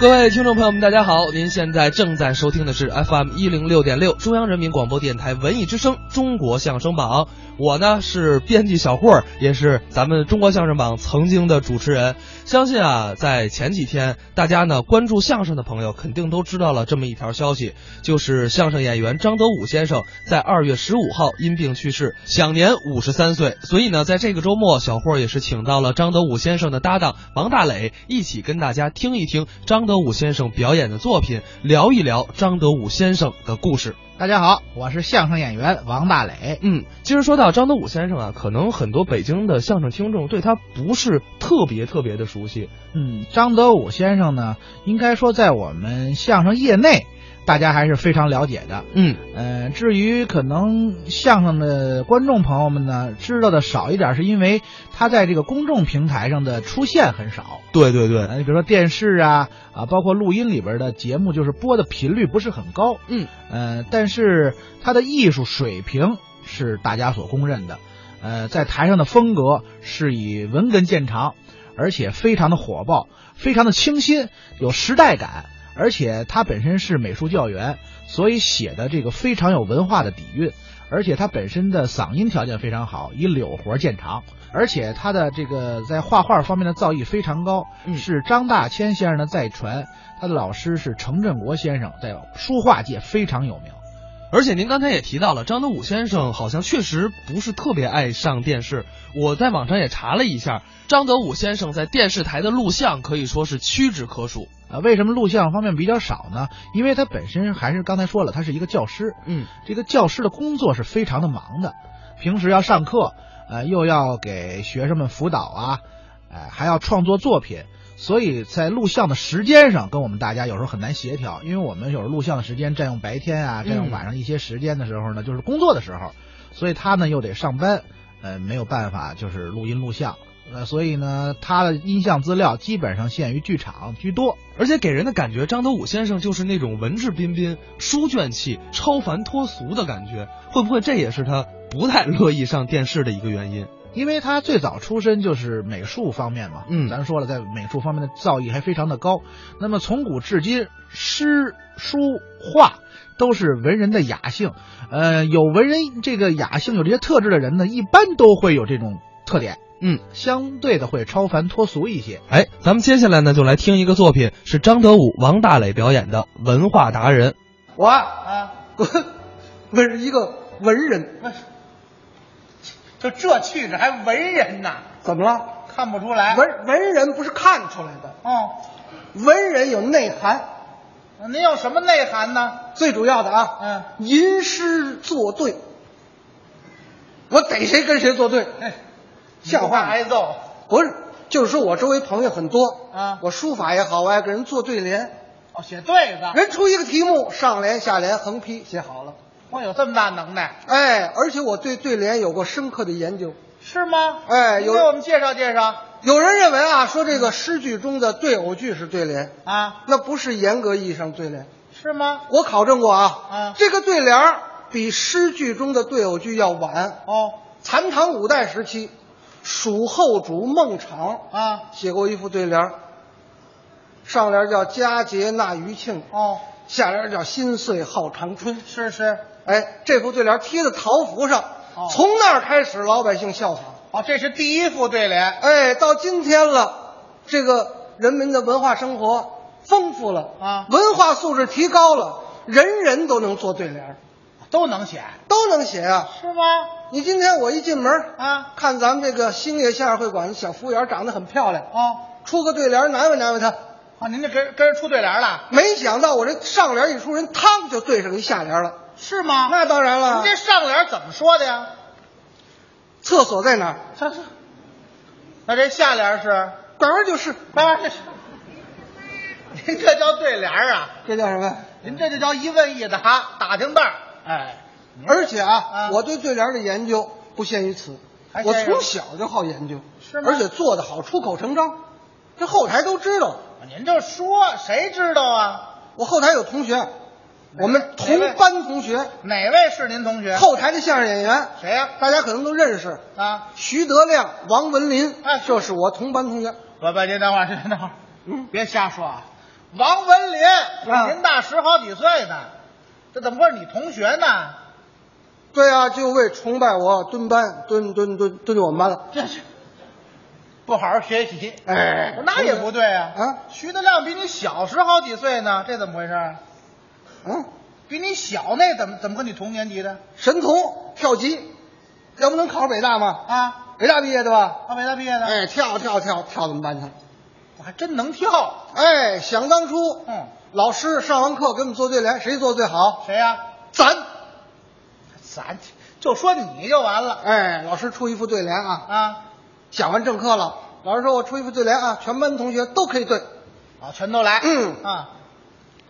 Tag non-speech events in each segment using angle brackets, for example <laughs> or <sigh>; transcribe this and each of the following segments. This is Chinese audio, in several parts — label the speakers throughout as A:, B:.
A: 各位听众朋友们，大家好！您现在正在收听的是 FM 一零六点六中央人民广播电台文艺之声《中国相声榜》，我呢是编辑小霍儿，也是咱们《中国相声榜》曾经的主持人。相信啊，在前几天，大家呢关注相声的朋友肯定都知道了这么一条消息，就是相声演员张德武先生在二月十五号因病去世，享年五十三岁。所以呢，在这个周末，小霍儿也是请到了张德武先生的搭档王大磊，一起跟大家听一听张德武先生表演的作品，聊一聊张德武先生的故事。
B: 大家好，我是相声演员王大磊。
A: 嗯，其实说到张德武先生啊，可能很多北京的相声听众对他不是特别特别的熟悉。
B: 嗯，张德武先生呢，应该说在我们相声业内，大家还是非常了解的。
A: 嗯
B: 呃，至于可能相声的观众朋友们呢，知道的少一点，是因为他在这个公众平台上的出现很少。
A: 对对对，
B: 呃，比如说电视啊啊，包括录音里边的节目，就是播的频率不是很高。
A: 嗯，
B: 呃，但是他的艺术水平是大家所公认的，呃，在台上的风格是以文根见长，而且非常的火爆，非常的清新，有时代感，而且他本身是美术教员，所以写的这个非常有文化的底蕴。而且他本身的嗓音条件非常好，以柳活见长，而且他的这个在画画方面的造诣非常高，
A: 嗯
B: 是张大千先生的再传，他的老师是程振国先生，在书画界非常有名。
A: 而且您刚才也提到了，张德武先生好像确实不是特别爱上电视。我在网上也查了一下，张德武先生在电视台的录像可以说是屈指可数。
B: 啊，为什么录像方面比较少呢？因为他本身还是刚才说了，他是一个教师，
A: 嗯，
B: 这个教师的工作是非常的忙的，平时要上课，呃，又要给学生们辅导啊，呃，还要创作作品，所以在录像的时间上跟我们大家有时候很难协调，因为我们有时候录像的时间占用白天啊，占用晚上一些时间的时候呢，就是工作的时候，所以他呢又得上班，呃，没有办法就是录音录像，呃，所以呢他的音像资料基本上限于剧场居多。
A: 而且给人的感觉，张德武先生就是那种文质彬彬、书卷气、超凡脱俗的感觉。会不会这也是他不太乐意上电视的一个原因？
B: 因为他最早出身就是美术方面嘛，
A: 嗯
B: 咱说了，在美术方面的造诣还非常的高。那么从古至今，诗、书、画都是文人的雅兴。呃，有文人这个雅兴，有这些特质的人呢，一般都会有这种特点，
A: 嗯，
B: 相对的会超凡脱俗一些。
A: 哎，咱们接下来呢，就来听一个作品，是张德武、王大磊表演的《文化达人》。
C: 我啊，文一个文人，
D: 就这气质还文人呐，
C: 怎么了？
D: 看不出来。
C: 文文人不是看出来的，
D: 哦，
C: 文人有内涵，
D: 您有什么内涵呢？
C: 最主要的啊，
D: 嗯，
C: 吟诗作对。我逮谁跟谁作对，
D: 哎
C: 像话吗
D: 挨揍。
C: 不是，就是说我周围朋友很多
D: 啊
C: 我书法也好，我爱跟人做对联，
D: 哦，写对子，
C: 人出一个题目，上联下联横批写好了，
D: 我有这么大能耐，
C: 哎，而且我对对联有过深刻的研究。
D: 是吗？
C: 哎
D: 您
C: 有
D: 给我们介绍介绍
C: 有人认为啊，说这个诗句中的对偶句是对联，
D: 啊？
C: 那不是严格意义上对联。
D: 是吗？
C: 我考证过啊，
D: 啊
C: 这个对联儿比诗句中的对偶句要晚。
D: 哦，
C: 残唐五代时期，蜀后主孟昶
D: 啊，
C: 写过一副对联儿，上联叫“佳节纳余庆”，
D: 哦，
C: 下联叫“心碎号长春
D: 是是。”。
C: 哎，这副对联贴在桃符上，
D: 哦
C: 从那儿开始老百姓效仿。
D: 哦，这是第一副对联
C: 哎，到今天了，这个人民的文化生活丰富了
D: 啊
C: 文化素质提高了，人人都能做对联儿。
D: 都能写，
C: 都能写啊！
D: 是吗？
C: 你今天我一进门儿，
D: 啊，
C: 看咱们这个兴业相声会馆小服务员长得很漂亮，
D: 哦，
C: 出个对联儿难为难为他。
D: 哦，您这跟跟人出对联了，
C: 没想到我这上联一出，人汤就对上一下联了。
D: 是吗那
C: 那当然了
D: 您，啊这上联怎么说的呀？
C: 厕所在哪儿？
D: 他是，那这下联是？
C: 拐弯就是，
D: 啊，这是，您这叫对联儿啊！
C: 这叫什么呀？
D: 您这就叫一问一答，打听道儿。哎，
C: 而且啊，
D: 啊
C: 我对对联儿的研究不限于此，
D: 还
C: 我
D: 这样
C: 从小就好研究，
D: 是吗
C: 而且做得好，出口成章，这后台都知道。
D: 哎您就说，谁知道啊？
C: 我后台有同学，我们同
D: 哪位
C: 班同学，
D: 哪位是您同学？
C: 后台的相声演员，
D: 谁呀、
C: 大家可能都认识。
D: 啊？
C: 徐德亮、王文林
D: 哎，
C: 这是我同班同学。
D: 我不，您等会儿，您等会儿，
C: 嗯
D: 别瞎说啊！王文林，
C: 啊
D: 您大十好几岁呢，这怎么会是你同学呢？
C: 对啊，就为崇拜我蹲班，蹲蹲蹲蹲我们班了。
D: 这是不好好学习，
C: 哎
D: 那也不对啊！
C: 啊
D: 徐德亮比你小十好几岁呢，这怎么回事？啊
C: 嗯，
D: 比你小那怎么怎么跟你同年级的
C: 神童跳级，要不能考上北大吗？
D: 啊？
C: 北大毕业的吧？
D: 他北大毕业的，
C: 哎，跳跳跳跳我们班去了。
D: 我还真能跳。
C: 哎，想当初，
D: 嗯，
C: 老师上完课给我们做对联，谁做的最好？
D: 谁呀、
C: 咱。
D: 咱就说你就完了
C: 哎，老师出一副对联啊，
D: 啊！
C: 讲完正课了，老师说我出一副对联啊，全班同学都可以对。
D: 啊，全都来。
C: 嗯
D: 啊，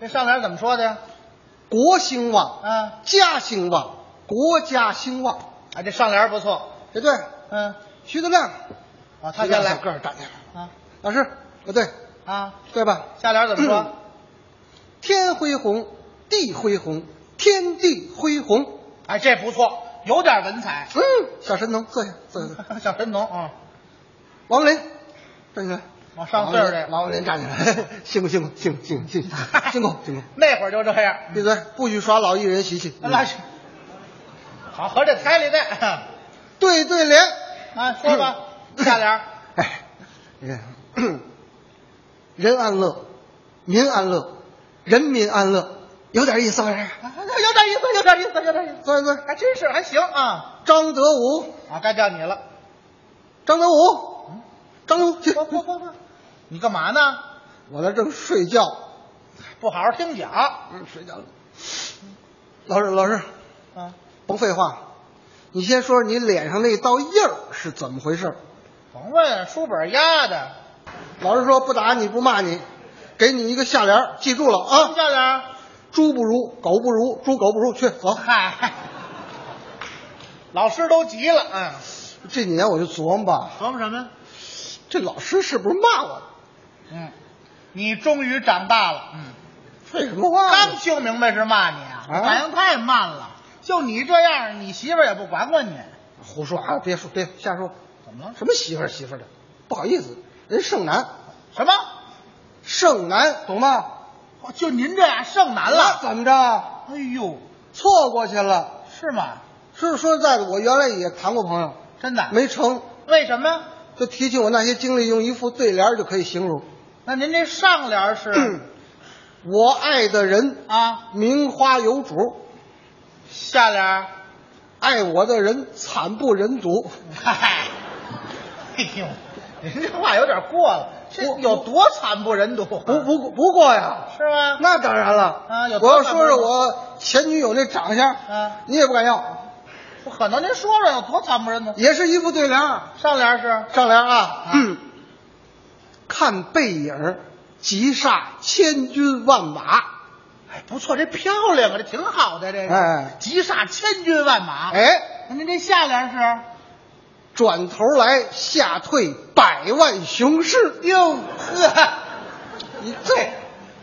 D: 这上联怎么说的呀？
C: 国兴旺，
D: 啊，
C: 家兴旺，国家兴旺，
D: 啊，这上联不错。
C: 也对。
D: 嗯，
C: 徐德亮，
D: 啊，他先来
C: 徐德亮小个儿站起来。嗯
D: 啊
C: 老师不对，
D: 啊，
C: 对吧？
D: 下联怎么说？
C: 嗯天恢宏，地恢宏，天地恢宏。
D: 哎，这不错，有点文采。 <laughs>
C: 嗯，小神童坐下，坐下。坐下
D: 小神童
C: <laughs>
D: 啊，
C: 王林，站起来。
D: 往上岁数这
C: 王文林站起来， <laughs> 辛苦辛苦辛苦辛苦
D: <laughs>
C: 辛苦辛苦辛苦。
D: 那会儿就这样。
C: 闭嘴，不许耍老艺人习气。嗯
D: 那是好，合着台里的
C: 对对联，
D: <laughs> 啊，说吧，
C: 嗯
D: 下联
C: <laughs> 哎，你看， <clears throat> 人安乐，民安乐，人民安乐，有点意思吧？这
D: 啊 <laughs> 有点意思，有点意思，有点意思，
C: 坐一坐。
D: 还真是还行啊。
C: 张德武，
D: 啊，该叫你了。
C: 张德武，张德武，去
D: 不不不不，你干嘛呢？
C: 我那正睡觉，
D: 不好好听讲
C: 嗯，睡觉了。老师，老师，
D: 啊！
C: 甭废话，你先说说你脸上那道印儿是怎么回事？
D: 甭问，书本压的。
C: 老师说不打你不骂你，给你一个下联儿，记住了
D: 什么
C: 啊！
D: 下联？
C: 猪不如，狗不如，猪狗不如，去走。
D: 嗨，老师都急了，嗯，
C: 这几年我就琢磨吧，
D: 琢磨什么呀？
C: 这老师是不是骂我？
D: 嗯，你终于长大了，嗯，
C: 废什么话
D: 刚
C: 呢？
D: 听明白是骂你啊，
C: 哦啊
D: 反应太慢了。就你这样，你媳妇儿也不管管你，
C: 胡说啊！别说，别瞎说，
D: 怎么了？
C: 什么媳妇儿媳妇儿的，不好意思，人剩男，
D: 什么？哦
C: 剩男，懂吗？
D: 就您这样剩男
C: 那
D: 了？
C: 怎么着？
D: 哎呦，
C: 错过去了。
D: 是吗？
C: 是说实在的，我原来也谈过朋友，
D: 真的？
C: 没成，
D: 为什么呀？
C: 就提起我那些经历，用一副对联儿就可以形容。
D: 那您这上
C: <clears throat>
D: 联是
C: 我爱的人，
D: 啊，
C: 名花有主；
D: 下联？
C: 爱我的人，惨不忍睹。
D: 嗨，哎呦，您这话有点过了，这有多惨不忍睹？
C: 不不过不过呀，
D: 是吗？
C: 那当然了。
D: 嗯啊有
C: 我
D: 多
C: 要
D: 惨
C: 说说
D: 不忍睹
C: 我前女友那长相，
D: 啊，
C: 你也不敢要，
D: 不可能，您说说有多惨不忍睹？
C: 也是一副对联儿。
D: 上联是
C: 上联啊，
D: 啊
C: 嗯，看背影儿，急煞千军万马。
D: 哎，不错，这漂亮啊，这挺好的，这个，
C: 哎
D: 急煞千军万马。，
C: 哎，
D: 那您这下联是？
C: 转头来吓退百万雄师。哟，
D: 呵，
C: <laughs> 你
D: 嘿
C: 这
D: 哎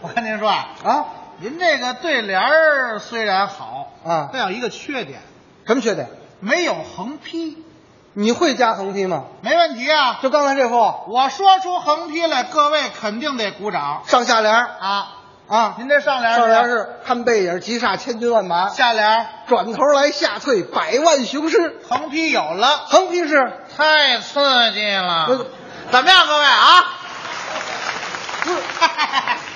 D: 我跟您说啊，
C: 啊，
D: 您这个对联儿虽然好
C: 啊
D: 但有一个缺点，
C: 什么缺点？
D: 没有横批，
C: 你会加横批吗？
D: 没问题啊。
C: 就刚才这副
D: 我说出横批来，各位肯定得鼓掌
C: 上下联儿
D: 啊！
C: 啊，
D: 您这上联
C: 上联是看背影儿，急煞千军万马。
D: 下联，
C: 转头来吓退百万雄师。
D: 横批有了，
C: 横批是
D: 太刺激
C: 不
D: 了
C: 是！
D: 怎么样，各位啊？
C: 不是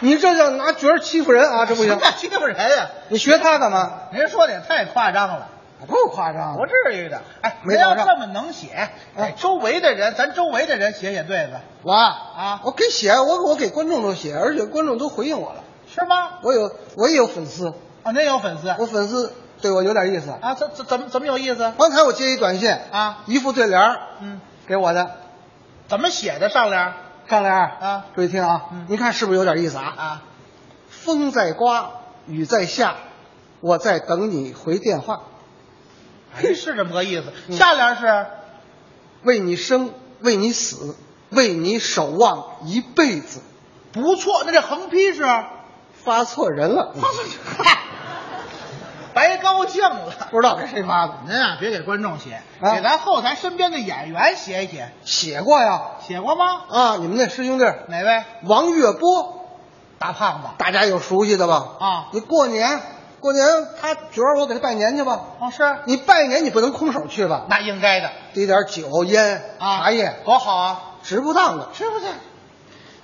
C: 你这叫拿角儿欺负人啊，这
D: <laughs>
C: 不行。
D: 欺负人呀、
C: 你学他干嘛？
D: 您说的也太夸张了，
C: 不够夸张
D: 不至于的。哎，
C: 啊没啊
D: 您
C: 找
D: 要
C: 着
D: 这么能写，哎，周围的人，咱周围的人写写对子
C: 我
D: 啊
C: 我给写，我我给观众都写，而且观众都回应我了。
D: 是吗？
C: 我有我也有粉丝，
D: 啊，您有粉丝
C: 我粉丝对我有点意思。
D: 啊？怎怎怎么怎么有意思
C: 刚才我接一短信，
D: 啊？
C: 一副对联儿
D: 嗯，
C: 给我的
D: 怎么写的上联
C: 上联儿 <laughs>
D: 啊，
C: 注意听啊，
D: 嗯
C: 您看是不是有点意思啊？
D: 啊？
C: 风在刮，雨在下，我在等你回电话，
D: 哎，是这么个意思。
C: 嗯
D: 下联是
C: 为你生，为你死，为你守望一辈子。
D: 不错，那这横批是， <laughs>
C: 发错人了，
D: 嗨白高兴了。
C: 不知道给谁发的，
D: 您啊，别给观众写，
C: 啊
D: 给咱后台身边的演员写一写，
C: 写过呀
D: 写过吗？
C: 啊！你们那师兄弟儿
D: 哪位？
C: 王月波，
D: 大胖子。
C: 大家有熟悉的吧？
D: 啊
C: 你过年过年，他比如说我给他拜年去吧，
D: 哦，是，
C: 你拜年你不能空手去吧？
D: 那应该的
C: 滴点酒、烟、
D: 啊。
C: 茶叶，
D: 多好啊，
C: 值不当的，
D: 是不是？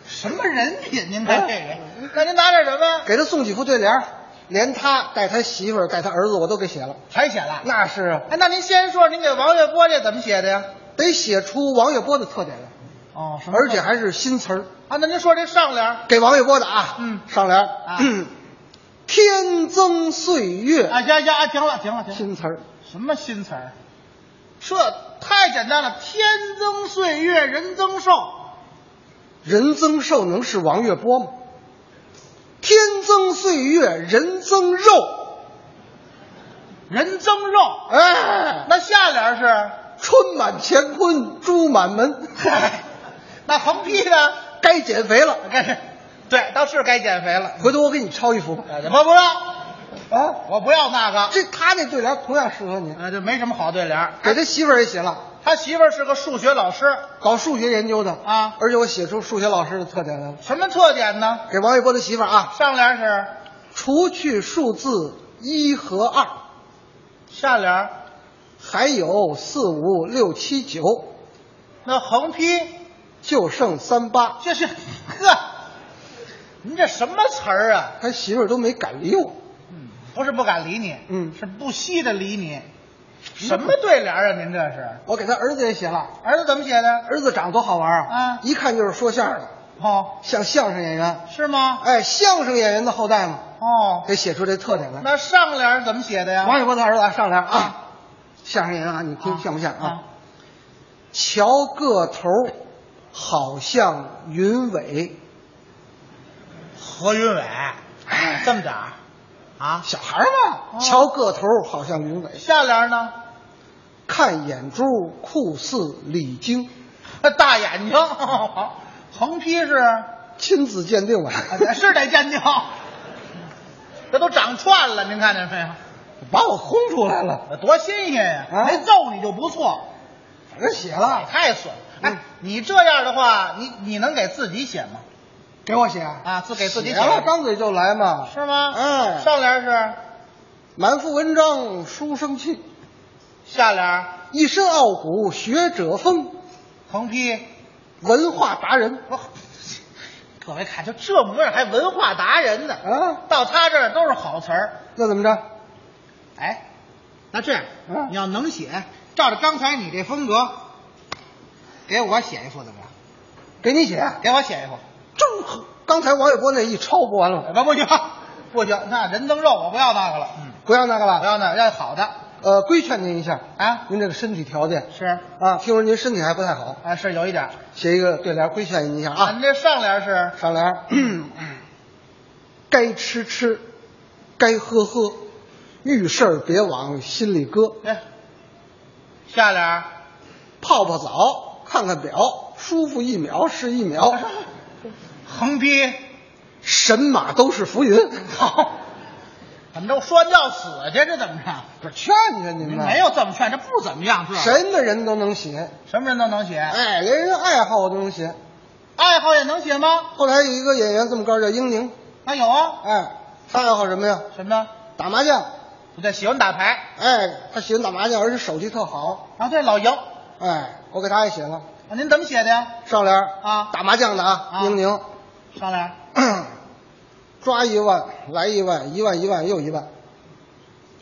D: 什么人品？您看这人，那您拿点什么呀？
C: 给他送几副对联儿，连他带他媳妇儿带他儿子我都给写了。
D: 全写了。
C: 那是啊
D: 哎，那您先说，您给王月波这怎么写的呀？
C: 得写出王月波的特点来，
D: 哦，什么
C: 而且还是新词儿。
D: 啊，那您说这上联儿
C: 给王月波的啊，
D: 嗯
C: 上联儿、
D: 啊
C: <clears throat> 天增岁月，
D: 啊，呀呀，啊停了，停了，停了。
C: 新词儿。
D: 什么新词儿？这太简单了，天增岁月人增寿，
C: 人增寿能是王月波吗？天增岁月人增肉，
D: 人增肉。
C: 哎，
D: 那下联是，
C: 春满乾坤，猪满门，哎
D: 嗨，那横批呢？
C: 该减肥了。
D: 该是，对，倒是该减肥了。
C: 回头我给你抄一幅
D: 哎不不要，
C: 啊！
D: 我不要那个，
C: 这他这对联同样适合你，
D: 呃，这没什么好对联儿。
C: 给他媳妇儿也写了，
D: 他媳妇儿是个数学老师，
C: 搞数学研究的
D: 啊
C: 而且我写出数学老师的特点来了。
D: 什么特点呢？
C: 给王一波的媳妇儿啊，
D: 上联是，
C: 除去数字一和二，
D: 下联，
C: 还有四五六七九，
D: 那横批
C: 就剩三八。
D: 这是，呵，您这什么词儿啊？
C: 他媳妇儿都没敢理我。
D: 不是不敢理你，
C: 嗯
D: 是不惜的理你。什么对联啊？您这是
C: 我给他儿子也写了，
D: 儿子怎么写的？
C: 儿子长得多好玩啊！
D: 啊
C: 一看就是说相声的，
D: 哦，
C: 像相声演员。
D: 是吗？
C: 哎，相声演员的后代嘛，
D: 哦，
C: 得写出这特点来。
D: 那上联怎么写的呀？
C: 王一博的儿子啊上联
D: 啊
C: 啊，相声演员啊，你听像不像
D: 啊
C: 啊？？瞧个头儿，好像云伟。
D: 何云伟，
C: 哎
D: 这么点儿啊？
C: 小孩儿嘛，
D: 哦
C: 瞧个头儿好像云伟，
D: 下联呢？
C: 看眼珠儿酷似李菁。
D: 大眼睛， <laughs> 横批是，啊
C: 亲子鉴定吧，
D: 是得鉴定，这都长串了，您看见没有？
C: <laughs> 把我轰出来了。
D: 多新鲜呀！
C: 啊
D: 没揍你就不错，
C: 反正写
D: 你
C: 了，
D: 太损了。
C: 嗯
D: 哎，你这样的话，你你能给自己写吗？
C: 给我写
D: 啊，自给自
C: 写
D: 己写
C: 了，张嘴就来嘛。
D: 是吗？
C: 哎
D: 上联是，
C: 满腹文章书生气，
D: 下联
C: 一身傲骨学者风，
D: 横批。
C: 文化达人
D: 我哦各位看，就这模样还文化达人呢，
C: 啊。
D: 到他这儿都是好词儿。
C: 那怎么着？
D: 哎，那这样，
C: 嗯
D: 你要能写，照着刚才你这风格，给我写一幅怎么样？
C: 给你写，
D: 给我写一幅，哎
C: 正合。刚才王月波那一抄不完了吗？
D: 不不行，不行，那人增肉我不要那个了，嗯，
C: 不要那个
D: 不
C: 了。
D: 要那个要好的
C: 呃，规劝您一下，
D: 啊，
C: 您这个身体条件
D: 是
C: 啊，听说您身体还不太好，
D: 啊是有一点
C: 写一个对联规劝您一下
D: 啊，
C: 啊
D: 您。这上联是
C: 上联， <clears throat> 该吃吃，该喝喝，遇事儿别往心里搁。
D: 哎，下联儿
C: 泡泡澡，看看表，舒服一秒是一秒，
D: 横批
C: 神马都是浮
D: <laughs>
C: 云。
D: 好，怎么着说要死去？这怎么着？
C: 不是劝劝您吧，
D: 没有这么劝，这不怎么样，是吧？
C: 什么人都能写，
D: 什么人都能写，
C: 哎，连人爱好我都能写。
D: 爱好也能写吗？
C: 后来有一个演员这么高叫英宁，
D: 那有啊，
C: 哎，他爱好什么呀？
D: 什么？
C: 打麻将，
D: 不对，喜欢打牌
C: 哎，他喜欢打麻将，而且手气特好，
D: 啊？对，老赢。
C: 哎，我给他也写了
D: 啊您怎么写的呀？
C: 上联
D: 啊
C: 打麻将的啊，
D: 啊
C: 英宁， <clears throat>
D: 上联
C: 抓一万来一万，一万一万又一万，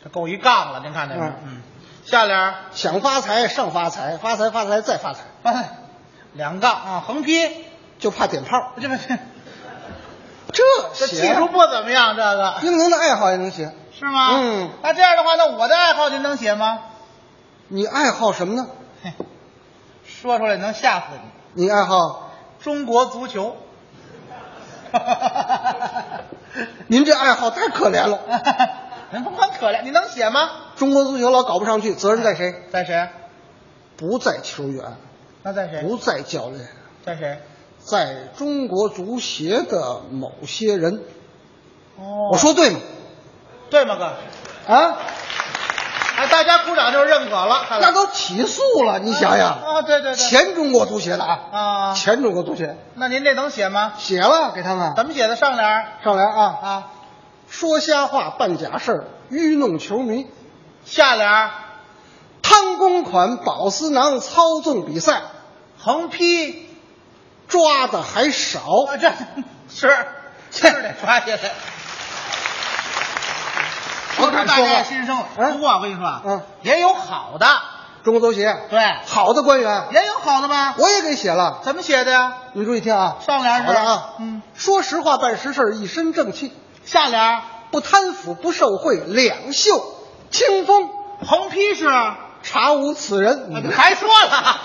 D: 这够一杠了，您看这是
C: 嗯。
D: 嗯，下联
C: 想发财上发财，发财发财再发财，
D: 哎两杠啊，横批
C: 就怕点炮。
D: 这不是
C: 这
D: 这
C: 写
D: 技术不怎么样，这个
C: 英宁的爱好也能写。
D: 是吗？
C: 嗯，
D: 那这样的话，那我的爱好您能写吗？
C: 你爱好什么呢？
D: 嘿说出来能吓死你。
C: 你爱
D: <laughs>
C: 好？
D: 中国足球。 <laughs>
C: 您这爱好太可怜了。
D: 您甭管可怜，你能写吗？
C: 中国足球老搞不上去，责任在谁？
D: 在谁？
C: 不在球员，
D: 那在谁？
C: 不在教练，
D: 在谁？
C: 在中国足协的某些人。
D: 哦
C: 我说对吗？
D: 对吗，哥？
C: 啊，
D: 哎，大家鼓掌就是认可了，看来
C: 那都起诉了，你想想，
D: 啊，对对对，
C: 前中国足协的啊，
D: 啊，
C: 前中国足协
D: 那您这能写吗？
C: 写了给他们
D: 怎么写的？上联儿
C: 上联啊，
D: 啊，
C: 说瞎话，办假事儿，愚弄球迷，
D: 下联儿
C: 贪公款，保私囊，操纵比赛，
D: 横批
C: 抓的还少。
D: 啊，这 <laughs> 是这是得抓起来。
C: 我
D: 说
C: 敢
D: 大
C: 说
D: 家也
C: 吧
D: 心生了，
C: 嗯
D: 不过我跟你说啊，
C: 嗯
D: 也有好的，
C: 中国足协
D: 对，
C: 好的官员，
D: 也有好的吧？
C: 我也给写了，
D: 怎么写的呀？
C: 你注意听啊，
D: 上联是
C: 好的啊，
D: 嗯，
C: 说实话，办实事儿，一身正气，
D: 下联儿
C: 不贪腐，不受贿，两袖清风，
D: 横批是，啊
C: 查无此人。
D: 啊还说了。